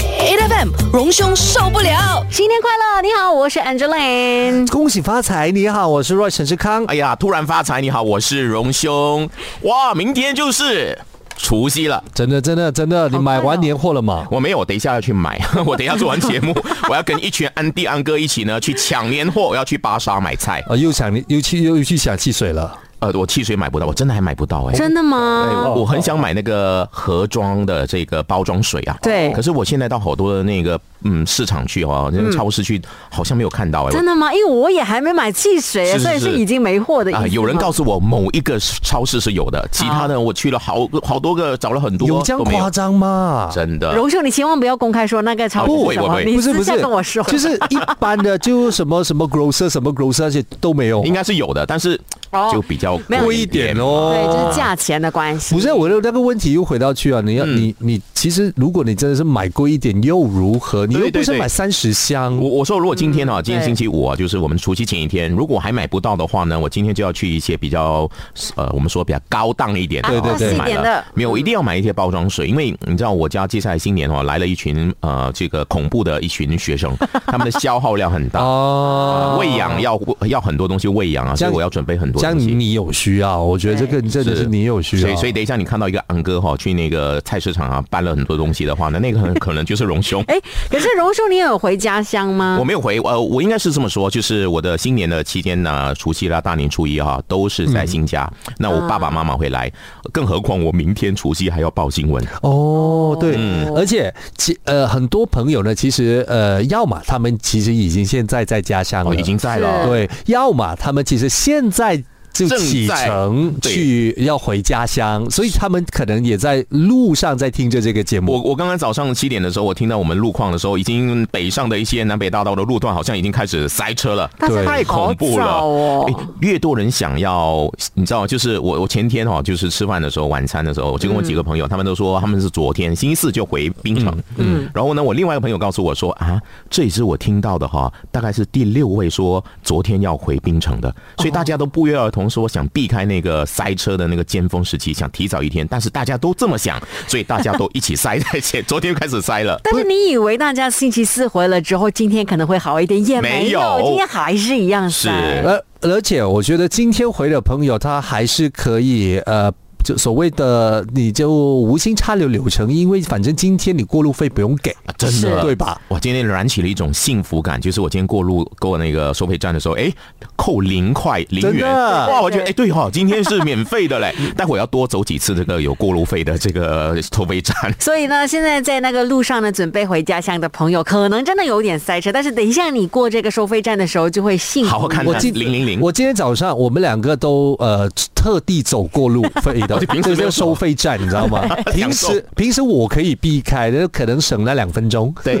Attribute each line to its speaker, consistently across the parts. Speaker 1: FM，荣兄受不了。
Speaker 2: 新年快乐！你好，我是 Angeline。
Speaker 3: 恭喜发财！你好，我是 Roy 陈志康。
Speaker 4: 哎呀，突然发财！你好，我是荣兄。哇，明天就是除夕了，
Speaker 3: 真的，真的，真的，你买完年货了吗？
Speaker 4: 我没有，我等一下要去买。 我等一下做完 节目，我要跟一群安弟安哥一起呢去抢年货，我要去巴沙买菜。
Speaker 3: 啊，又想你又去又去想汽水了。
Speaker 4: 呃，我汽水买不到，我真的还买不到哎、
Speaker 2: 真的
Speaker 4: 哎
Speaker 2: 吗？
Speaker 4: 我我很想买那个盒装的这个包装水啊，
Speaker 2: 对嗯
Speaker 4: 可是我现在到好多的那个嗯市场去哦，那个超市去，好像没有看到哎、我
Speaker 2: 真的吗？因为我也还没买汽水，
Speaker 4: 是是
Speaker 2: 所以是已经没货的意思
Speaker 4: 啊、
Speaker 2: 吗。
Speaker 4: 有人告诉我某一个超市是有的，其他的我去了好好多个，找了很多，
Speaker 3: 有这样
Speaker 4: 都没
Speaker 3: 夸张吗？
Speaker 4: 真的。
Speaker 2: 荣兄，你千万不要公开说那个超市
Speaker 4: 不
Speaker 2: 是
Speaker 4: 会
Speaker 2: 什
Speaker 4: 啊不
Speaker 2: 么，
Speaker 4: 会
Speaker 2: 你
Speaker 3: 不是不
Speaker 2: 私
Speaker 3: 是
Speaker 2: 下跟我说。
Speaker 3: 就是一般的，就什么什么 grocer 什么 grocer 那些都没有，
Speaker 4: 应该是有的，但是
Speaker 2: 哦
Speaker 4: 就比较
Speaker 2: 没有
Speaker 4: 贵一点哦。
Speaker 2: 对，就是价钱的关系。
Speaker 3: 不是我的那个问题又回到去啊，你要、你你其实如果你真的是买贵一点又如何？你又
Speaker 4: 对
Speaker 3: 不
Speaker 4: 对
Speaker 3: 是
Speaker 4: 对
Speaker 3: 买三十箱，
Speaker 4: 我我说，如果今天啊，今
Speaker 2: 嗯
Speaker 4: 天
Speaker 2: 对
Speaker 4: 星期五啊，就是我们除夕前一天，如果还买不到的话呢，我今天就要去一些比较呃，我们说比较高档一点的啊，
Speaker 3: 对对对
Speaker 4: 去
Speaker 2: 高
Speaker 4: 买
Speaker 2: 级一点
Speaker 4: 了
Speaker 2: 的嗯
Speaker 4: 没有，我一定要买一些包装水，因为你知道我家接下来新年哦，来了一群呃这个恐怖的一群学生，他们的消耗 量
Speaker 3: 啊
Speaker 4: 很大。呃
Speaker 3: 哦，
Speaker 4: 喂养要要很多东西喂养啊，
Speaker 3: 这
Speaker 4: 所
Speaker 3: 样
Speaker 4: 以我要准备很多
Speaker 3: 这样
Speaker 4: 东西。
Speaker 3: 你有需要，我觉得这个真的是你有需要，
Speaker 4: 所以，所以等一下你看到一个安哥哈、去那个菜市场啊搬了很多东西的话呢，那个很可能就是荣兄。
Speaker 2: 哎，可是荣兄，你有回家乡吗
Speaker 4: 我？没有回，呃，我应该是这么说，就是我的新年的期间呢，除夕啦、大年初一哈、都是在新家。那我爸爸妈妈会来，更何况我明天除夕还要报新闻。
Speaker 3: 哦，对，
Speaker 4: 嗯
Speaker 3: 而且其呃很多朋友呢，其实呃，要么他们其实已经现在在家乡了，
Speaker 4: 哦，已经在
Speaker 2: 是
Speaker 4: 了。
Speaker 3: 对，要么他们其实现在。就
Speaker 4: 正在
Speaker 3: 启程
Speaker 4: 对
Speaker 3: 去要回家乡，所以他们可能也在路上在听着这个节目
Speaker 4: 我。我刚刚早上七点的时候，我听到我们路况的时候，已经北上的一些南北大道的路段好像已经开始塞车了，
Speaker 2: 但是
Speaker 4: 太恐
Speaker 2: 好
Speaker 4: 怖了。哎
Speaker 2: 早哦
Speaker 4: 诶越多人想要，你知道，就是我我前天哈、哦，就是吃饭的时候，晚餐的时候，我就跟我几个朋友，他们都说他们是昨天星期四就回槟城，嗯，然后呢，我另外一个朋友告诉我说啊，这也是我听到的哈、大概是第六位说昨天要回槟城的，所以大家都不约而同说想避开那个塞车的那个尖峰时期，想提早一天，但是大家都这么想，所以大家都一起塞 在前，昨天开始塞了。
Speaker 2: 但是你以为大家星期四回了之后，今天可能会好一点，也没
Speaker 4: 没有
Speaker 2: 今天还是一样塞
Speaker 4: 是
Speaker 3: 而而且我觉得今天回的朋友，他还是可以呃。就所谓的你就无心插柳柳成荫，因为反正今天你过路费不用给，
Speaker 4: 啊真的
Speaker 2: 是
Speaker 3: 对吧？
Speaker 4: 我今天燃起了一种幸福感，就是我今天过路过那个收费站的时候，哎，扣零块零
Speaker 3: 真
Speaker 4: 元，
Speaker 3: 的
Speaker 4: 哇，我觉得哎对哈、今天是免费的嘞， 待会儿要多走几次这个有过路费的这个收费站。
Speaker 2: 所以呢，现在在那个路上呢，准备回家乡的朋友，可能真的有点塞车，但是等一下你过这个收费站的时候，就会幸福。
Speaker 4: 好好看
Speaker 3: 我
Speaker 4: 看
Speaker 3: 今
Speaker 4: 零零零，
Speaker 3: 我今天早上我们两个都呃特地走过 路费的，
Speaker 4: 平时
Speaker 3: 这
Speaker 4: 没有
Speaker 3: 个收费站，你知 道吗？平
Speaker 4: 享受
Speaker 3: 时平时我可以避开，那可能省了两分钟，
Speaker 4: 对，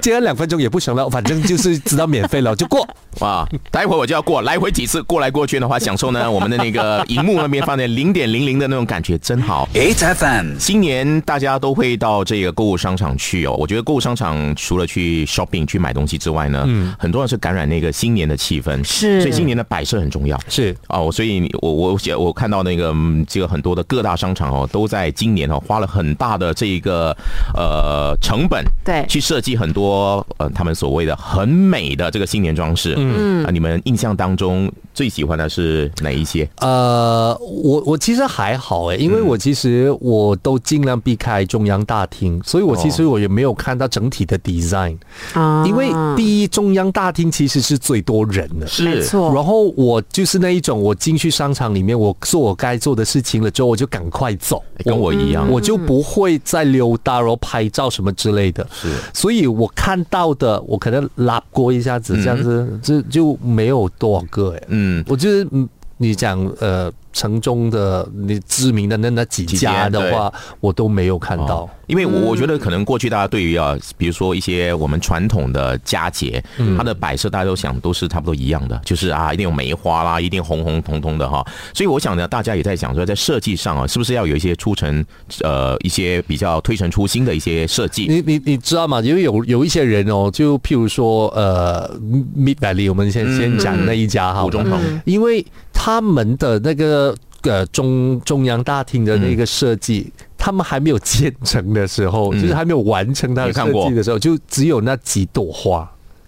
Speaker 3: 今天两分钟也不省了，反正就是知道免费了就过。
Speaker 4: 哇，待会儿我就要过来回几次，过来过去的话，享受呢我们的那个荧幕那边放的零点零零的那种感觉，真好。
Speaker 5: 8FM.
Speaker 4: 新年大家都会到这个购物商场去哦。我觉得购物商场除了去 shopping 去买东西之外呢，很多人是感染那个新年的气氛，
Speaker 2: 是
Speaker 4: 所以新年的摆设很重要。
Speaker 3: 是，
Speaker 4: 哦，所以你我我写我看到那个、嗯、这个很多的各大商场哦，都在今年哦花了很大的这个呃成本，
Speaker 2: 对
Speaker 4: 去设计很多呃他们所谓的很美的这个新年装饰。嗯啊，你们印象当中最喜欢的是哪一些？
Speaker 3: 呃，我我其实还好诶，因为我其实我都尽量避开中央大厅，所以我其实我也没有看到整体的 design，、
Speaker 2: 啊
Speaker 3: 因为第一中央大厅其实是最多人的。
Speaker 2: 没
Speaker 4: 是
Speaker 2: 错，
Speaker 3: 然后我就是那一种，我进去商场里面，我做我该做的事情了之后，我就赶快走，
Speaker 4: 哎跟我一样，
Speaker 3: 我就不会再溜达，然后拍照什么之类的。
Speaker 4: 是
Speaker 3: 所以我看到的，我可能拉过一下子，这样子就就没有多少个哎。
Speaker 4: 嗯。
Speaker 3: 我就是嗯你讲呃城中的你知名的那那几
Speaker 4: 几
Speaker 3: 家
Speaker 4: 家
Speaker 3: 的话，我都没有看到。
Speaker 4: 哦
Speaker 3: 嗯
Speaker 4: 因为我我觉得可能过去大家对于啊，比如说一些我们传统的佳节，
Speaker 3: 嗯
Speaker 4: 它的摆设大家都想都是差不多一样的，就是啊，一定有梅花啦，一定红红彤彤的哈。所以我想呢，大家也在想说，在设计上啊，是不是要有一些出尘呃一些比较推陈出新的一些设计？
Speaker 3: 你你你知道吗？因为有有一些人哦，就譬如说呃，Mid Valley，我们先、先讲那一家哈，
Speaker 4: 古嗯中鹏
Speaker 3: 因
Speaker 4: 嗯
Speaker 3: 为他们的那个呃中中央大厅的那个设计，他们还没有建成的时候，就是还没有完成它的
Speaker 4: 也嗯看
Speaker 3: 设
Speaker 4: 过
Speaker 3: 计的时候，就只有那几朵花，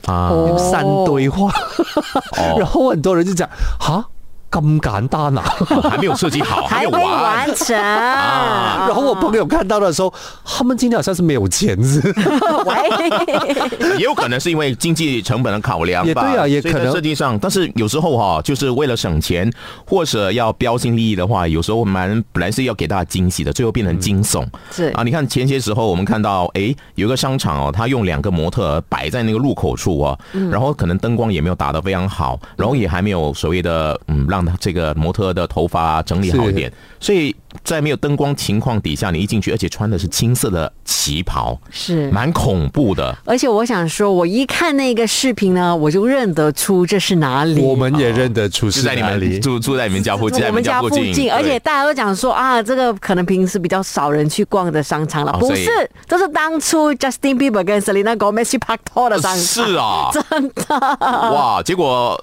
Speaker 4: 啊，哦
Speaker 2: 哦
Speaker 3: 三堆花， 然后很多人就讲啊，咁简单啊。
Speaker 4: 还没有设计 好，
Speaker 2: 还
Speaker 4: 还没有
Speaker 2: 未
Speaker 4: 完。
Speaker 2: 完成。
Speaker 4: 啊
Speaker 3: 然后我朋友看到的时候，他们今天好像是没有钱 是不是
Speaker 2: 喂，
Speaker 4: 也有可能是因为经济成本的考量吧，
Speaker 3: 也对啊也可能
Speaker 4: 所以在设计上，但是有时候哈、就是为了省钱或者要标新立异的话，有时候蛮本来是要给大家惊喜的，最后变
Speaker 3: 嗯
Speaker 4: 成惊悚。
Speaker 2: 是
Speaker 4: 啊，你看前些时候我们看到，诶，有一个商场哦，他用两个模特摆在那个入口处哦，
Speaker 2: 嗯
Speaker 4: 然后可能灯光也没有打得非常好，然后也还没有所谓的嗯，让他这个模特的头发整理好一点，所以在没有灯光情况底下，你一进去，而且穿的是青色的旗袍，
Speaker 2: 是。
Speaker 4: 蛮恐怖的。
Speaker 2: 而且我想说，我一看那个视频呢，我就认得出这是哪里。
Speaker 3: 我们也认得出
Speaker 4: 就是在你
Speaker 3: 哪里
Speaker 4: 们。住住在你们家附近，在
Speaker 2: 我
Speaker 4: 你
Speaker 2: 们
Speaker 4: 家
Speaker 2: 家
Speaker 4: 附
Speaker 2: 附
Speaker 4: 近，
Speaker 2: 近，
Speaker 4: 对
Speaker 2: 而且大家都讲说啊，这个可能平时比较少人去逛的商场了。
Speaker 4: 哦
Speaker 2: 不
Speaker 4: 所以
Speaker 2: 是，这是当初 Justin Bieber 跟 Selena Gomez 去拍拖的商场。
Speaker 4: 是 啊，真的哇！结果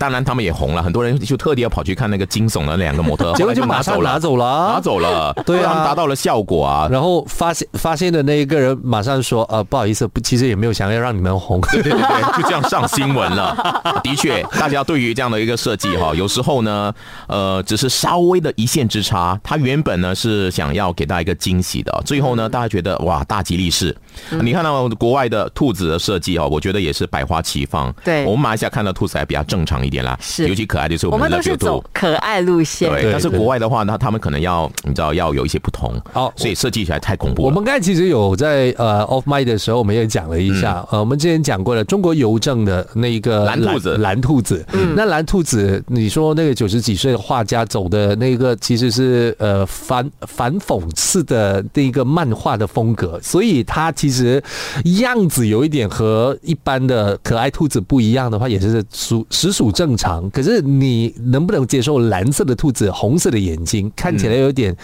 Speaker 4: 当然他们也红了，很多人就特地要跑去看那个惊悚的两个模特，
Speaker 3: 结
Speaker 4: 后
Speaker 3: 果
Speaker 4: 来
Speaker 3: 就马
Speaker 4: 拿走
Speaker 3: 上
Speaker 4: 了
Speaker 3: 拿，走了啊，
Speaker 4: 拿走了，
Speaker 3: 对啊
Speaker 4: 让他们达到了效果 啊。
Speaker 3: 然后发现发现的那一个人马上说：“呃，不好意思，不，其实也没有想要让你们红。
Speaker 4: 对对对对，就这样上新闻了。的确，大家对于这样的一个设计哈，有时候呢，呃，只是稍微的一线之差。他原本呢是想要给大家一个惊喜的，最后呢，大家觉得哇，大吉利是。
Speaker 2: 嗯
Speaker 4: 你看到国外的兔子的设计哦，我觉得也是百花齐放。
Speaker 2: 对
Speaker 4: 我们马来西亚看到兔子还比较正常一点啦，
Speaker 2: 是
Speaker 4: 尤其可爱就是我
Speaker 2: 我
Speaker 4: 们
Speaker 2: 们
Speaker 4: 的
Speaker 2: 都是
Speaker 4: Love You
Speaker 2: 走
Speaker 4: Too。
Speaker 2: 可爱路线。
Speaker 4: 对，
Speaker 3: 对
Speaker 4: 但是
Speaker 3: 对
Speaker 4: 国外的话呢，他们可能要你知道要有一些不同
Speaker 3: 哦
Speaker 4: 所以设计起来太恐怖了。
Speaker 3: 我们刚才其实有在呃 off m i 的时候，我们也讲了一下，呃，我们之前讲过了中国邮政的那一个
Speaker 4: 嗯蓝兔子嗯
Speaker 3: 蓝兔子，那蓝兔子，你说那个九十几岁的画家走的那个，其实是呃反反讽刺的那个漫画的风格，所以它其实样子有一点和一般的可爱兔子不一样的话，也是属实属正常。可是你能不能接受蓝色的兔子，红色的眼睛，看起来有点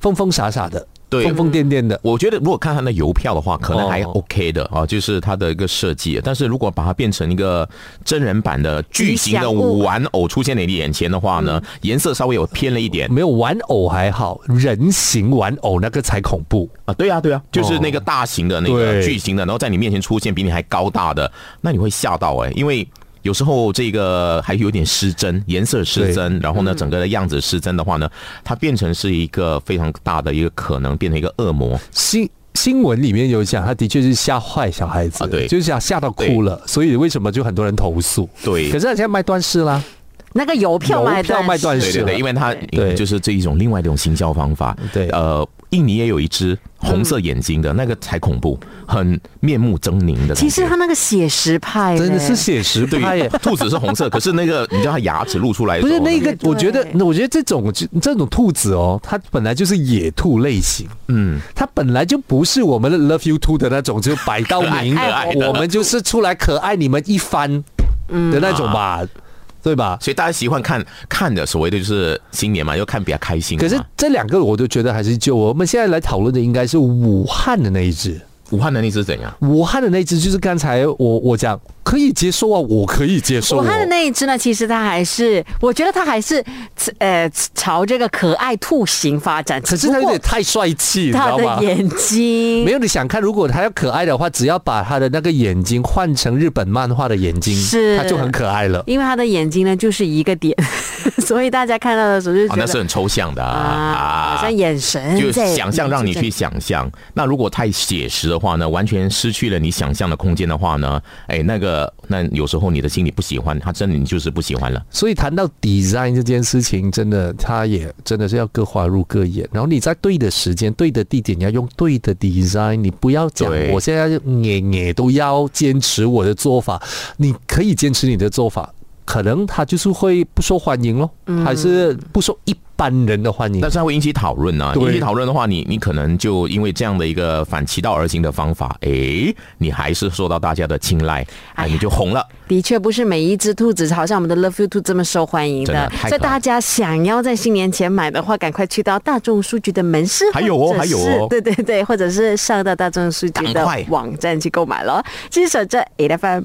Speaker 3: 疯疯傻傻的？
Speaker 4: 嗯对
Speaker 3: 疯疯癫癫的，
Speaker 4: 我觉得如果看它的邮票的话，可能还
Speaker 3: 哦
Speaker 4: OK 的啊，就是它的一个设计。但是如果把它变成一个真人版的巨型
Speaker 2: 吉
Speaker 4: 的
Speaker 2: 祥物
Speaker 4: 玩偶出现在你眼前的话呢，颜色稍微有偏了一点
Speaker 3: 没有玩偶还好，人形玩偶那个才恐怖。
Speaker 4: 啊。对啊，对啊，就是那个大型的那
Speaker 3: 哦对
Speaker 4: 个巨型的，然后在你面前出现比你还高大的，那你会吓到哎、因为。有时候这个还有点失真，颜色失真，然后
Speaker 3: 嗯
Speaker 4: 呢，整个的样子失真的话呢，它变成是一个非常大的一个可能变成一个恶魔。
Speaker 3: 新新闻里面有讲，他的确是吓坏小孩子，
Speaker 4: 啊对
Speaker 3: 就是吓吓到哭了，所以为什么就很多人投诉？
Speaker 4: 对
Speaker 3: 可是他现在卖断食啦，
Speaker 2: 那个邮票卖
Speaker 3: 邮票卖断
Speaker 4: 对
Speaker 3: 是
Speaker 4: 对
Speaker 3: 了
Speaker 4: 对，因为它
Speaker 3: 对
Speaker 4: 就是这一种另外一种行销方法。
Speaker 3: 对嗯
Speaker 4: 呃，印尼也有一只红色眼睛的、那个才恐怖，很面目狰狞的感觉。
Speaker 2: 其实他那个写实派嘞
Speaker 3: 真的是写实派
Speaker 4: 对
Speaker 3: 耶。
Speaker 4: 兔子是红色，可是那个你知道它牙齿露出来的
Speaker 3: 不
Speaker 4: 时
Speaker 3: 是
Speaker 4: 候呢，
Speaker 3: 那个，
Speaker 2: 对
Speaker 3: 我觉得，我觉得这种这种兔子哦，它本来就是野兔类型，
Speaker 4: 嗯，
Speaker 3: 它本来就不是我们的 Love You Two 的那种，就摆到明
Speaker 4: 可爱可爱
Speaker 3: 我们就是出来可爱你们一番的那种吧，
Speaker 4: 啊
Speaker 3: 对吧？
Speaker 4: 所以大家喜欢看看的所谓的就是新年嘛，要看比较开心的
Speaker 3: 可
Speaker 4: 嘛。
Speaker 3: 是这两个我都觉得还是旧哦。我们现在来讨论的应该是武汉的那一只，
Speaker 4: 武汉的那只怎样？
Speaker 3: 武汉的那一只就是刚才我我讲可以接受啊，我可以接受、哦。
Speaker 2: 我看的那一只呢，其实它还是，我觉得它还是，呃，朝这个可爱兔型发展。
Speaker 3: 可是它有点太帅气，你
Speaker 2: 只不
Speaker 3: 知道
Speaker 2: 过它
Speaker 3: 吗
Speaker 2: 的？眼睛
Speaker 3: 没有，你想看，如果它要可爱的话，只要把它的那个眼睛换成日本漫画的眼睛，
Speaker 2: 是
Speaker 3: 它就很可爱了。
Speaker 2: 因为他的眼睛呢就是一个点， 所以大家看到的时候就
Speaker 4: 啊，
Speaker 2: 觉
Speaker 3: 哦
Speaker 4: 那是
Speaker 2: 得
Speaker 4: 很抽象的
Speaker 2: 啊，好像眼神
Speaker 4: 就
Speaker 2: 在
Speaker 4: 想象让你去想象。那如果太写实的话呢，完全失去了你想象的空间的话呢，哎，那个那有时候你的心里不喜欢，他真的你就是不喜欢了。
Speaker 3: 所以谈到 design 这件事情，真的，它也真的是要各花入各眼。然后你在对的时间、对的地点，你要用对的 design，你不要讲
Speaker 4: 对
Speaker 3: 我现在也也都要坚持我的做法。你可以坚持你的做法，可能它就是会不受欢迎咯，还是不受一般人的欢迎
Speaker 4: 但。是它会引起讨论啊，
Speaker 3: 对
Speaker 4: 引起讨论的话，你你可能就因为这样的一个反其道而行的方法，哎，你还是受到大家的青睐，哎，你就红了。
Speaker 2: 的确不是每一只兔子好像我们的 Love You Two 这么受欢迎
Speaker 4: 真的
Speaker 2: 的，
Speaker 4: 太可爱
Speaker 2: 所以大家想要在新年前买的话，赶快去到大众书局的门市，
Speaker 4: 还有哦
Speaker 2: 或者是
Speaker 4: 还有哦
Speaker 2: 对对对，或者是上到大众书局
Speaker 4: 赶
Speaker 2: 的
Speaker 4: 快
Speaker 2: 网站去购买了。继续守着 A F M。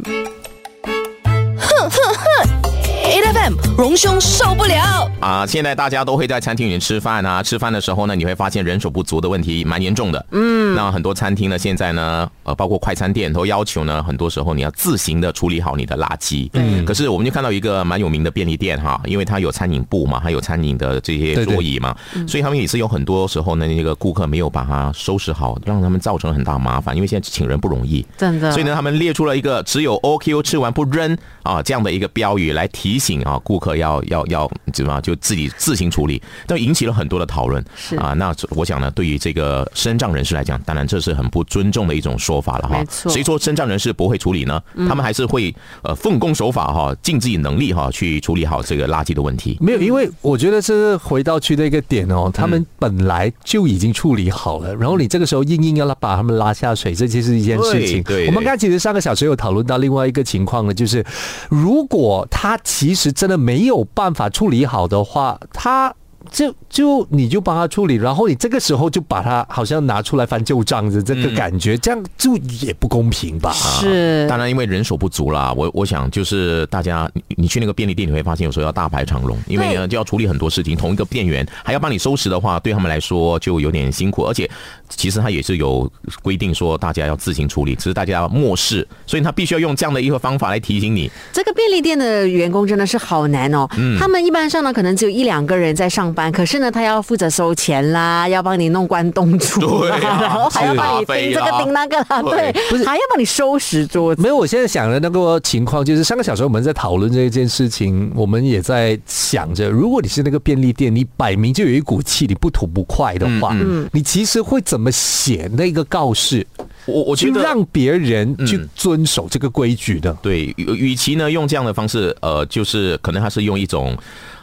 Speaker 1: ，A FM，荣兄受不了。
Speaker 4: 啊，现在大家都会在餐厅里吃饭啊，吃饭的时候呢，你会发现人手不足的问题蛮严重的。嗯，那很多餐厅呢，现在呢，呃，包括快餐店都要求呢，很多时候你要自行的处理好你的垃圾。嗯，可是我们就看到一个蛮有名的便利店哈，因为它有餐饮部嘛，还有餐饮的这些
Speaker 3: 对嗯对
Speaker 4: 桌椅嘛，所以他们也是有很多时候呢，那个顾客没有把它收拾好，让他们造成很大麻烦，因为现在请人不容易。
Speaker 2: 真的。
Speaker 4: 所以呢，他们列出了一个只有 OQ 吃完不扔啊这样的一个标语来提醒啊顾客要要要怎么样就自己自行处理，但引起了很多的讨论。
Speaker 2: 是
Speaker 4: 啊，那我想呢，对于这个身障人士来讲，当然这是很不尊重的一种说法了哈
Speaker 2: 没。错嗯
Speaker 4: 谁说身障人士不会处理呢？他们还是会呃奉公守法哈，尽自己能力哈去处理好这个垃圾的问题。
Speaker 3: 没有，因为我觉得这是回到去的一个点哦，
Speaker 4: 嗯
Speaker 3: 他们本来就已经处理好了，然后你这个时候硬硬要把他们拉下水，这其实是一件事情。
Speaker 4: 对对
Speaker 3: 我们刚才其实上个小时有讨论到另外一个情况呢，就是如果他其实真的没有办法处理好的话，他。就就你就帮他处理，然后你这个时候就把他好像拿出来翻旧账的这个
Speaker 4: 嗯
Speaker 3: 感觉，这样就也不公平吧？
Speaker 2: 是
Speaker 4: 啊当然，因为人手不足啦，我我想就是大家，你你去那个便利店，你会发现有时候要大排长龙，因为呢就要处理很多事情，同一个店员还要帮你收拾的话，对他们来说就有点辛苦，而且其实他也是有规定说大家要自行处理，只是大家漠视，所以他必须要用这样的一个方法来提醒你。
Speaker 2: 这个便利店的员工真的是好难哦。
Speaker 4: 嗯
Speaker 2: 他们一般上呢，可能只有一两个人在上班，可是呢，他要负责收钱啦，要帮你弄关东煮啦，
Speaker 4: 对啊
Speaker 2: 然后还要
Speaker 4: 是
Speaker 2: 帮你
Speaker 4: 咖啡
Speaker 2: 盯这个
Speaker 4: 啦
Speaker 2: 盯那个啦，对
Speaker 4: 对，
Speaker 2: 还要帮你收拾桌子。
Speaker 3: 没有，我现在想的那个情况就是，上个小时候我们在讨论这一件事情，我们也在想着，如果你是那个便利店，你摆明就有一股气，你不吐不快的话，你其实会怎么写那个告示，
Speaker 4: 我我觉
Speaker 3: 去
Speaker 4: 得
Speaker 3: 让别人去
Speaker 4: 嗯
Speaker 3: 遵守这个规矩的？
Speaker 4: 对，与与其呢用这样的方式，呃，就是可能他是用一种，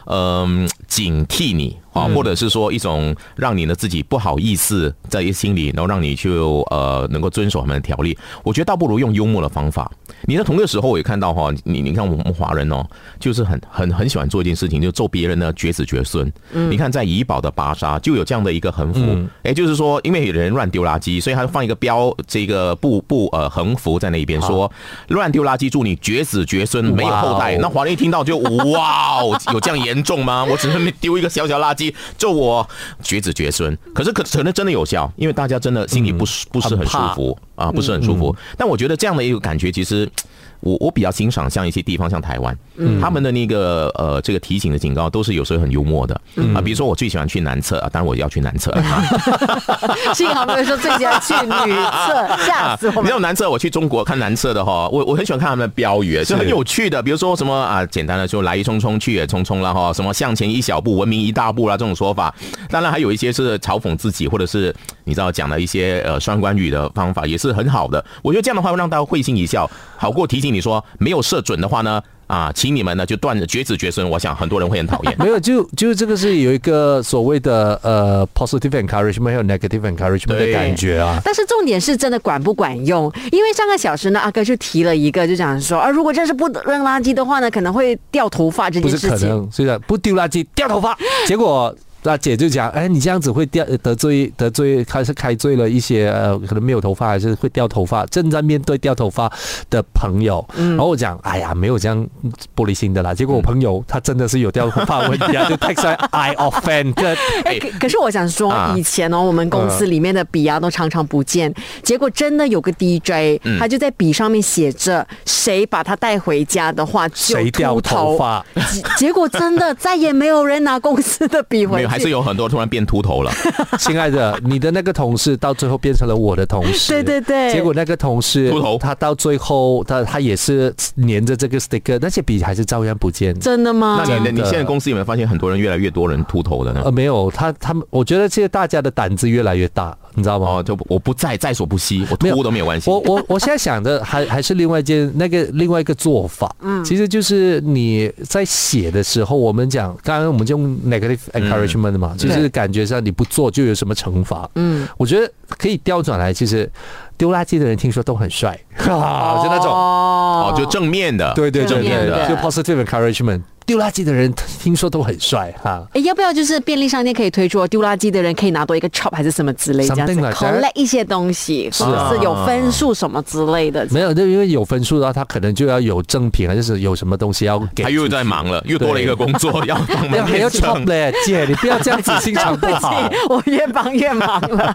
Speaker 4: 嗯、警惕你啊，或者是说一种让你呢自己不好意思在心里，然后让你就呃能够遵守他们的条例。我觉得倒不如用幽默的方法。你在同个时候我也看到哈，你你看我们华人哦，就是很很很喜欢做一件事情，就咒别人呢绝子绝孙。你看在怡保的巴沙就有这样的一个横幅，哎、就是说因为有人乱丢垃圾，所以他放一个标，这个布布呃横幅在那边说乱丢垃圾，祝你绝子绝孙，没有后代。
Speaker 3: 哇哦
Speaker 4: 那华人一听到就哇哦，有这样严重吗？我只是丢一个小小垃圾，咒我绝子绝孙。可是可可能真的有效，因为大家真的心里不是、不是
Speaker 3: 嗯很
Speaker 4: 很舒
Speaker 3: 怕嗯
Speaker 4: 服啊，不是很舒服。但我觉得这样的一个感觉，其实我我比较欣赏像一些地方，像台湾，他们的那个呃这个提醒的警告都是有时候很幽默的
Speaker 3: 嗯
Speaker 4: 啊，比如说我最喜欢去男厕啊，当然我也要去男厕。
Speaker 2: 幸好没有说最喜欢去女
Speaker 4: 啊
Speaker 2: 厕，吓死我
Speaker 4: 你
Speaker 2: 们
Speaker 4: 知道！男厕，我去中国看男厕的哈，我我很喜欢看他们的标语，是很有趣的。比如说什么啊，简单的就来一匆匆，去也匆匆了哈，什么向前一小步，文明一大步啦这种说法。当然还有一些是嘲讽自己，或者是你知道讲的一些呃双关语的方法，也是很好的。我觉得这样的话会让大家会心一笑，好过提醒你说没有射准的话呢。啊，请你们呢就断绝子绝孙，我想很多人会很讨厌。
Speaker 3: 没有，就就这个是有一个所谓的呃 positive encouragement 还有 negative encouragement 的
Speaker 4: 对
Speaker 3: 感觉啊。
Speaker 2: 但是重点是真的管不管用，因为上个小时呢，阿哥就提了一个，就讲说啊，如果真是不扔垃圾的话呢，可能会掉头发这
Speaker 3: 不
Speaker 2: 件
Speaker 3: 是
Speaker 2: 事
Speaker 3: 可
Speaker 2: 情。
Speaker 3: 能，是的，不丢垃圾掉头发，结果。那姐就讲，哎，你这样子会掉得罪呃得罪，开始开罪了一些呃，可能没有头发，还是会掉头发，正在面对掉头发的朋友。然后我讲，哎呀，没有这样玻璃心的啦。结果我朋友他真的是有掉头发问题啊，就 text 来 I offend，
Speaker 2: 哎，可可是我想说
Speaker 4: 啊，嗯
Speaker 2: 以前哦，我们公司里面的笔啊都常常不见，结果真的有个 DJ，他就在笔上面写着，谁把它带回家的话就
Speaker 3: 谁掉
Speaker 2: 秃
Speaker 3: 头发，
Speaker 2: 结 结果真的再也没有人拿公司的笔回
Speaker 4: 没
Speaker 2: 去，
Speaker 4: 有，还是有很多突然变秃头 了。
Speaker 3: 亲爱的，你的那个同事到最后变成了我的同事，
Speaker 2: 对对对
Speaker 3: 结果那个同事
Speaker 4: 秃头
Speaker 3: 他到最后他他也是粘着这个 sticker，那些笔还是照样不见。
Speaker 2: 真的吗
Speaker 4: 那？你呢？
Speaker 3: 真
Speaker 4: 你
Speaker 3: 的
Speaker 4: 现在公司有没有发现很多人越来越多人秃头的呢？
Speaker 3: 呃，没有，他他们，我觉得现在大家的胆子越来越大，你知道吗？
Speaker 4: 哦，就我不在，在所不惜，我
Speaker 3: 没有
Speaker 4: 秃都没有关系。
Speaker 3: 我我我现在想的还还是另外一件那个另外一个做法，嗯，其实就是你在写的时候，我们讲刚刚我们就用 negative encouragement 嘛，就是感觉上你不做就有什么惩罚，嗯，我觉得可以调转来，其实丢垃圾的人听说都很帅， 哈、哈，就那种，
Speaker 2: 哦
Speaker 4: 哦，就正面的，
Speaker 3: 对对对
Speaker 4: 正面
Speaker 3: 对，
Speaker 4: 的
Speaker 3: 就 positive encouragement。丢垃圾的人听说都很帅哈。
Speaker 2: 哎，要不要就是便利商店可以推出丢垃圾的人可以拿多一个 chop 还是什么之类这样子
Speaker 3: Something like that
Speaker 2: collect 一些东西，
Speaker 3: 是
Speaker 2: 或者
Speaker 3: 啊
Speaker 2: 是有分数什么之类 的。
Speaker 3: 没有，就因为有分数的话，他可能就要有赠品啊，就是有什么东西要给
Speaker 4: 他。又在忙了，又多了一个工 作要帮
Speaker 3: 没有
Speaker 4: 忙
Speaker 3: 还要
Speaker 4: 完
Speaker 3: top
Speaker 4: 成，
Speaker 3: 嘞，姐，你不要这样子，心肠 不
Speaker 2: 对
Speaker 3: 好。
Speaker 2: 起，我越帮越忙了。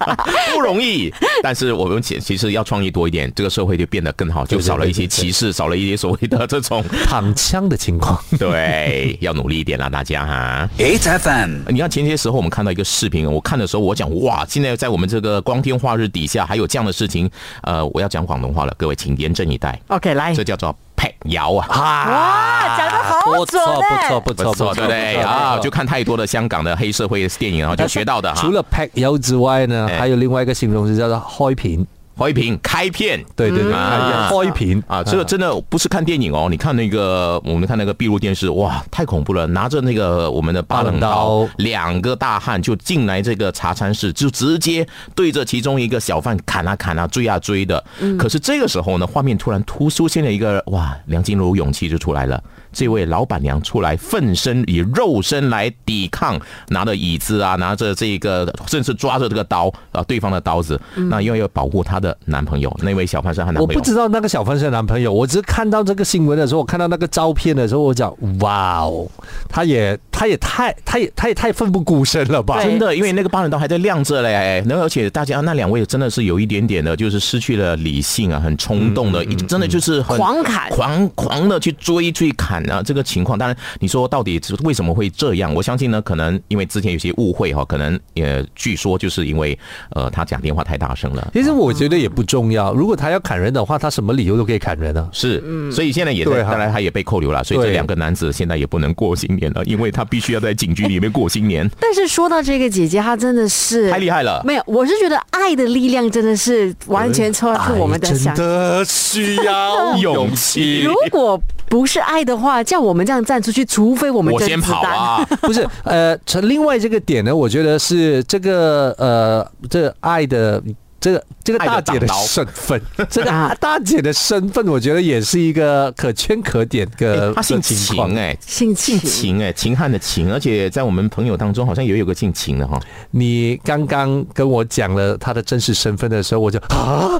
Speaker 4: 不容易。但是我们其其实要创意多一点，这个社会就变得更好，就
Speaker 3: 对对
Speaker 4: 少了一
Speaker 3: 对
Speaker 4: 些
Speaker 3: 对对
Speaker 4: 歧视，少了一些所谓的这 种，
Speaker 3: 躺枪的情况，
Speaker 4: 对，要努力一点啦，大家哈。
Speaker 5: 8FM.
Speaker 4: 你看前些时候我们看到一个视频，我看的时候我讲哇，现在在我们这个光天化日底下还有这样的事情，呃，我要讲广东话了，各位请严阵以待，
Speaker 2: OK，来
Speaker 3: 哎
Speaker 4: 这，叫做辟谣啊。
Speaker 2: 哇，讲的好
Speaker 3: 啊不
Speaker 2: 准欸
Speaker 3: 错不
Speaker 2: 呢。
Speaker 3: 错不
Speaker 4: 不
Speaker 3: 错
Speaker 4: 错，对不对啊？就看太多的香港的黑社会电影，然后就学到的哈
Speaker 3: 除。了 pack 油之外呢，
Speaker 4: 哎
Speaker 3: 还有另外一个形容词叫做开屏，
Speaker 4: 黄一平开片，
Speaker 3: 对对对，
Speaker 4: 啊
Speaker 3: 开屏
Speaker 4: 啊，这个真的不是看电影哦，你看那个我们看那个闭路电视，哇，太恐怖了！拿着那个我们的八棱
Speaker 3: 八
Speaker 4: 刀
Speaker 3: 棱刀，
Speaker 4: 两个大汉就进来这个茶餐室，就直接对着其中一个小贩砍啊砍啊追啊追的。
Speaker 3: 嗯
Speaker 4: 可是这个时候呢，画面突然突出现了一个哇，梁静茹勇气就出来了。这位老板娘出来奋身以肉身来抵抗，拿着椅子啊，拿着这个，甚至抓着这个刀啊，对方的刀子。那因为要保护她的男朋友，那位小贩是她男朋
Speaker 3: 嗯
Speaker 4: 友。
Speaker 3: 我不知道那个小范是男朋友，我只是看到这个新闻的时候，我看到那个照片的时候，我讲哇哦，他也他也太他也他也太奋不顾身了吧？
Speaker 2: 对
Speaker 4: 真的，因为那个八人刀还在亮着嘞，然后而且大家那两位真的是有一点点的，就是失去了理性啊，很冲动
Speaker 2: 嗯
Speaker 4: 的，真的就是很
Speaker 2: 狂砍
Speaker 4: 狂狂的去追去砍啊，这个情况。当然，你说到底为什么会这样？我相信呢，可能因为之前有些误会哈，可能呃，据说就是因为呃，他讲电话太大声了。
Speaker 3: 其实我觉得也不重要，如果他要砍人的话，他什么理由都可以砍人啊。
Speaker 4: 是，
Speaker 2: 嗯
Speaker 4: 所以现在也
Speaker 3: 对
Speaker 4: 在，
Speaker 3: 哈
Speaker 4: 当然他也被扣留了，所以这
Speaker 3: 对
Speaker 4: 两个男子现在也不能过新年了，因为他必须要在警局里面过新年，
Speaker 2: 但是说到这个姐姐，她真的是
Speaker 4: 太厉 害了。
Speaker 2: 没有，我是觉得爱的力量真的哦是完全超出我们的想
Speaker 3: 哎真的呃需要勇气
Speaker 2: 如果不是爱的话，叫我们这样站出去，除非我们
Speaker 4: 我
Speaker 2: 真
Speaker 4: 先
Speaker 2: 子
Speaker 4: 跑
Speaker 2: 弹。
Speaker 4: 啊！
Speaker 3: 不是，呃，从另外这个点呢，我觉得是这个呃，这个爱的。这个这个
Speaker 4: 爱的
Speaker 3: 大姐的
Speaker 4: 挡刀
Speaker 3: 身份，这个
Speaker 2: 啊
Speaker 3: 大姐的身份，我觉得也是一个可圈可点的
Speaker 4: 哎他姓
Speaker 3: 的情况
Speaker 4: 秦。哎、
Speaker 2: 性情
Speaker 4: 姓秦哎，秦汉的秦，而且在我们朋友当中好像也有个姓秦的哈。
Speaker 3: 你刚刚跟我讲了她的真实身份的时候，我就啊，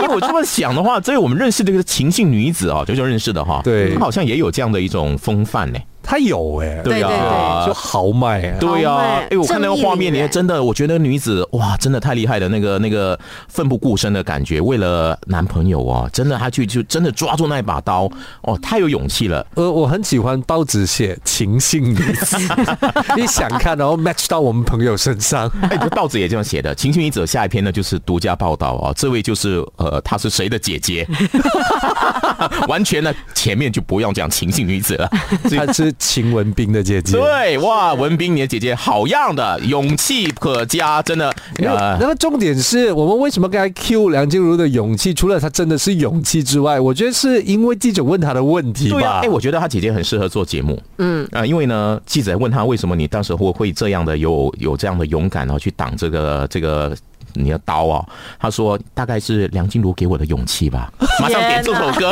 Speaker 4: 因为我这么想的话，这我们认识的这个秦姓女子啊，就就认识的哈。
Speaker 3: 对
Speaker 4: 她好像也有这样的一种风范呢。
Speaker 3: 她有哎、
Speaker 4: 啊
Speaker 2: 对对对
Speaker 3: 就豪迈、啊。
Speaker 4: 对
Speaker 2: 好
Speaker 4: 啊
Speaker 2: 美，
Speaker 4: 哎，我看那个画面，
Speaker 2: 哦正义凛
Speaker 4: 你
Speaker 2: 然
Speaker 4: 真的，我觉得那个女子哇，真的太厉害了，那个那个奋不顾身的感觉，为了男朋友哦，真的，她去就真的抓住那一把刀哦，太有勇气了。
Speaker 3: 呃，我很喜欢报纸写情性女 子，你想看，然后 match 到我们朋友身上。
Speaker 4: 哎，这报纸也这样写的，《情绪女子》下一篇呢就是独家报道哦，这位就是呃，她是谁的姐姐？ 完全呢，前面就不用讲情绪女子了。所以
Speaker 3: 她是秦文斌的姐姐。
Speaker 4: 对，哇，文斌，你的姐姐好样的，勇气可嘉，真的。
Speaker 3: 没有，
Speaker 4: 呃
Speaker 3: 那么重点是我们为什么该 Q 梁静茹的勇气？除了她真的是勇气之外，我觉得是因为记者问她的问题
Speaker 4: 对啊，
Speaker 3: 吧。
Speaker 4: 哎、我觉得她姐姐很适合做节目，嗯，啊、因为呢，记者问她为什么你当时会会这样的有有这样的勇敢，然后去挡这个这个你的刀啊、她说大概是梁静茹给我的勇气吧，马上点这首歌。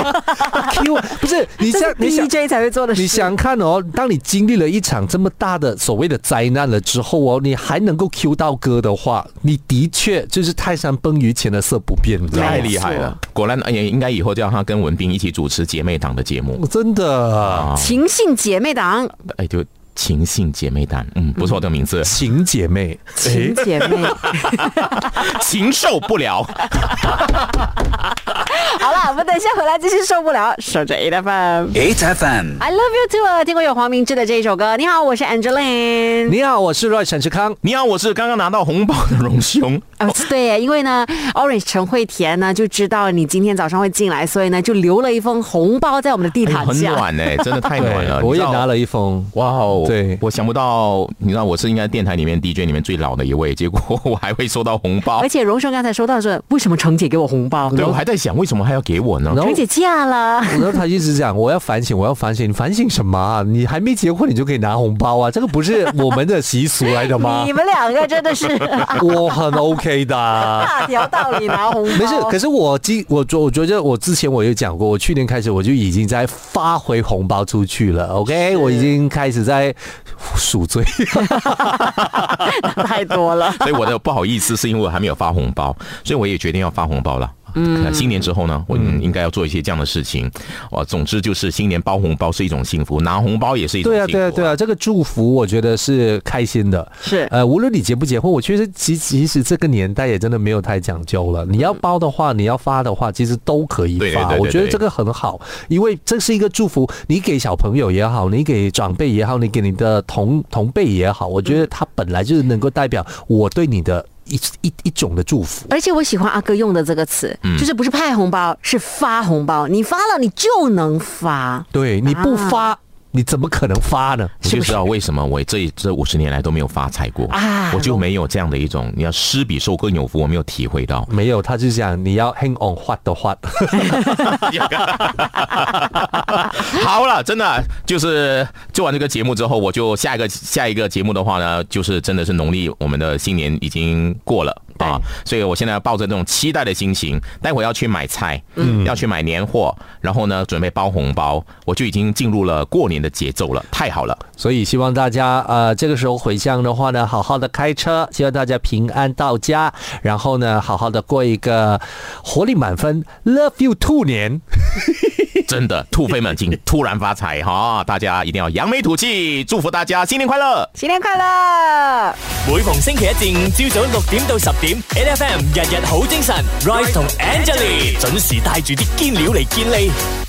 Speaker 3: Q 不 是你想你想
Speaker 2: DJ 才会做的事。
Speaker 3: 你想看哦，当你经历了一场这么大的所谓的灾难了之后哦，你还能够 Q 到歌的话，你的确就是泰山崩于前的色不变，你知道吗
Speaker 4: 太厉害了！果然，哎呀，应该以后叫她跟文斌一起主持姐妹档的节目
Speaker 3: 真的
Speaker 4: 啊！
Speaker 2: 情性姐妹党，
Speaker 3: 嗯
Speaker 4: 哎，就情性姐妹档，嗯，不错的名字，
Speaker 3: 情姐妹，哎
Speaker 2: 情姐妹。
Speaker 4: 禽兽不了。
Speaker 2: 好了，我们等一下回来继续受不了，守着 A F M。
Speaker 5: 8FM.
Speaker 2: I love you too 啊！听过有黄明志的这一首歌。你好，我是 Angeline。
Speaker 3: 你好，我是 Roy 陈志康。
Speaker 4: 你好，我是刚刚拿到红包的荣 兄。
Speaker 2: 哦，对，因为呢，Orange 陈慧田呢就知道你今天早上会进来，所以呢就留了一封红包在我们的地
Speaker 4: 哎呦
Speaker 2: 毯
Speaker 4: 很
Speaker 2: 下。
Speaker 4: 暖 哎、真的太暖了。
Speaker 3: 我
Speaker 4: 你
Speaker 3: 也
Speaker 4: 知道
Speaker 3: 拿。了一封。
Speaker 4: 哇哦！
Speaker 3: 对
Speaker 4: 我想不到，你知道我是应该电台里面 DJ 里面最老的一位，结果我还会收到红包
Speaker 2: 哦
Speaker 3: 哎
Speaker 2: 而。且荣兄刚才收到说，为什么程姐给我红包？哎
Speaker 4: 对，我还在想为什么还要给给我呢？
Speaker 3: 然
Speaker 2: 锤
Speaker 3: 后
Speaker 2: 姐嫁了，
Speaker 3: 然后他一直讲我要反省，我要反省，你反省什么啊、你还没结婚你就可以拿红包啊？这个不是我们的习俗来的 吗
Speaker 2: 你？们两个真的 是
Speaker 3: 我很 OK 的啊、
Speaker 2: 大条道理拿红包。
Speaker 3: 没事，可是我今我觉我觉得我之前我有讲过，我去年开始我就已经在发回红包出去了，OK，我已经开始在赎罪。
Speaker 2: 太多了。
Speaker 4: 所以我的不好意思是因为我还没有发红包，所以我也决定要发红包了。嗯，新年之后呢，我应该要做一些这样的事情。哦，总之就是新年包红包是一种幸福，拿红包也是一种
Speaker 3: 对
Speaker 4: 幸
Speaker 3: 啊，
Speaker 4: 福。
Speaker 3: 对啊，对
Speaker 4: 啊。
Speaker 3: 啊，这个祝福我觉得是开心的。
Speaker 2: 是
Speaker 3: 呃，无论你结不结婚，我觉得其其实这个年代也真的没有太讲究了。你要包的话，你要发的话，其实都可以发。
Speaker 4: 对对对对
Speaker 3: 我觉得
Speaker 4: 对
Speaker 3: 这个很好，因为这是一个祝福，你给小朋友也好，你给长辈也好，你给你的同同辈也好，我觉得它本来就是能够代表我对你的一一一种的祝福。
Speaker 2: 而且我喜欢阿哥用的这个词，就是不是派红包，是发红包。你发了，你就能发。
Speaker 3: 对，你不
Speaker 4: 啊
Speaker 3: 发，你怎么可能发呢？
Speaker 4: 我就知道为什么我这这五十年来都没有发财过
Speaker 2: 啊
Speaker 4: 我就没有这样的一种，你要施比受更有福，我没有体会到。
Speaker 3: 没有，他就讲你要 hang on 画的画。
Speaker 4: 好了，真的就是做完这个节目之后，我就下一个下一个节目的话呢，就是真的是农历我们的新年已经过了啊，所以我现在抱着这种期待的心情，待会要去买菜，嗯，要去买年货，然后呢准备包红包，我就已经进入了过年的节奏了，太好了。
Speaker 3: 所以希望大家呃，这个时候回乡的话呢，好好的开车，希望大家平安到家，然后呢，好好的过一个活力满分，Love you 兔年。
Speaker 4: 真的，兔飞猛进，突然发财哈！大家一定要扬眉吐气，祝福大家新年快乐！
Speaker 2: 新年快乐！
Speaker 5: 每逢星期一至五朝早六點到十點，N F M 日日好精神，Rise 同 Angelie 準時帶住啲堅料嚟健利。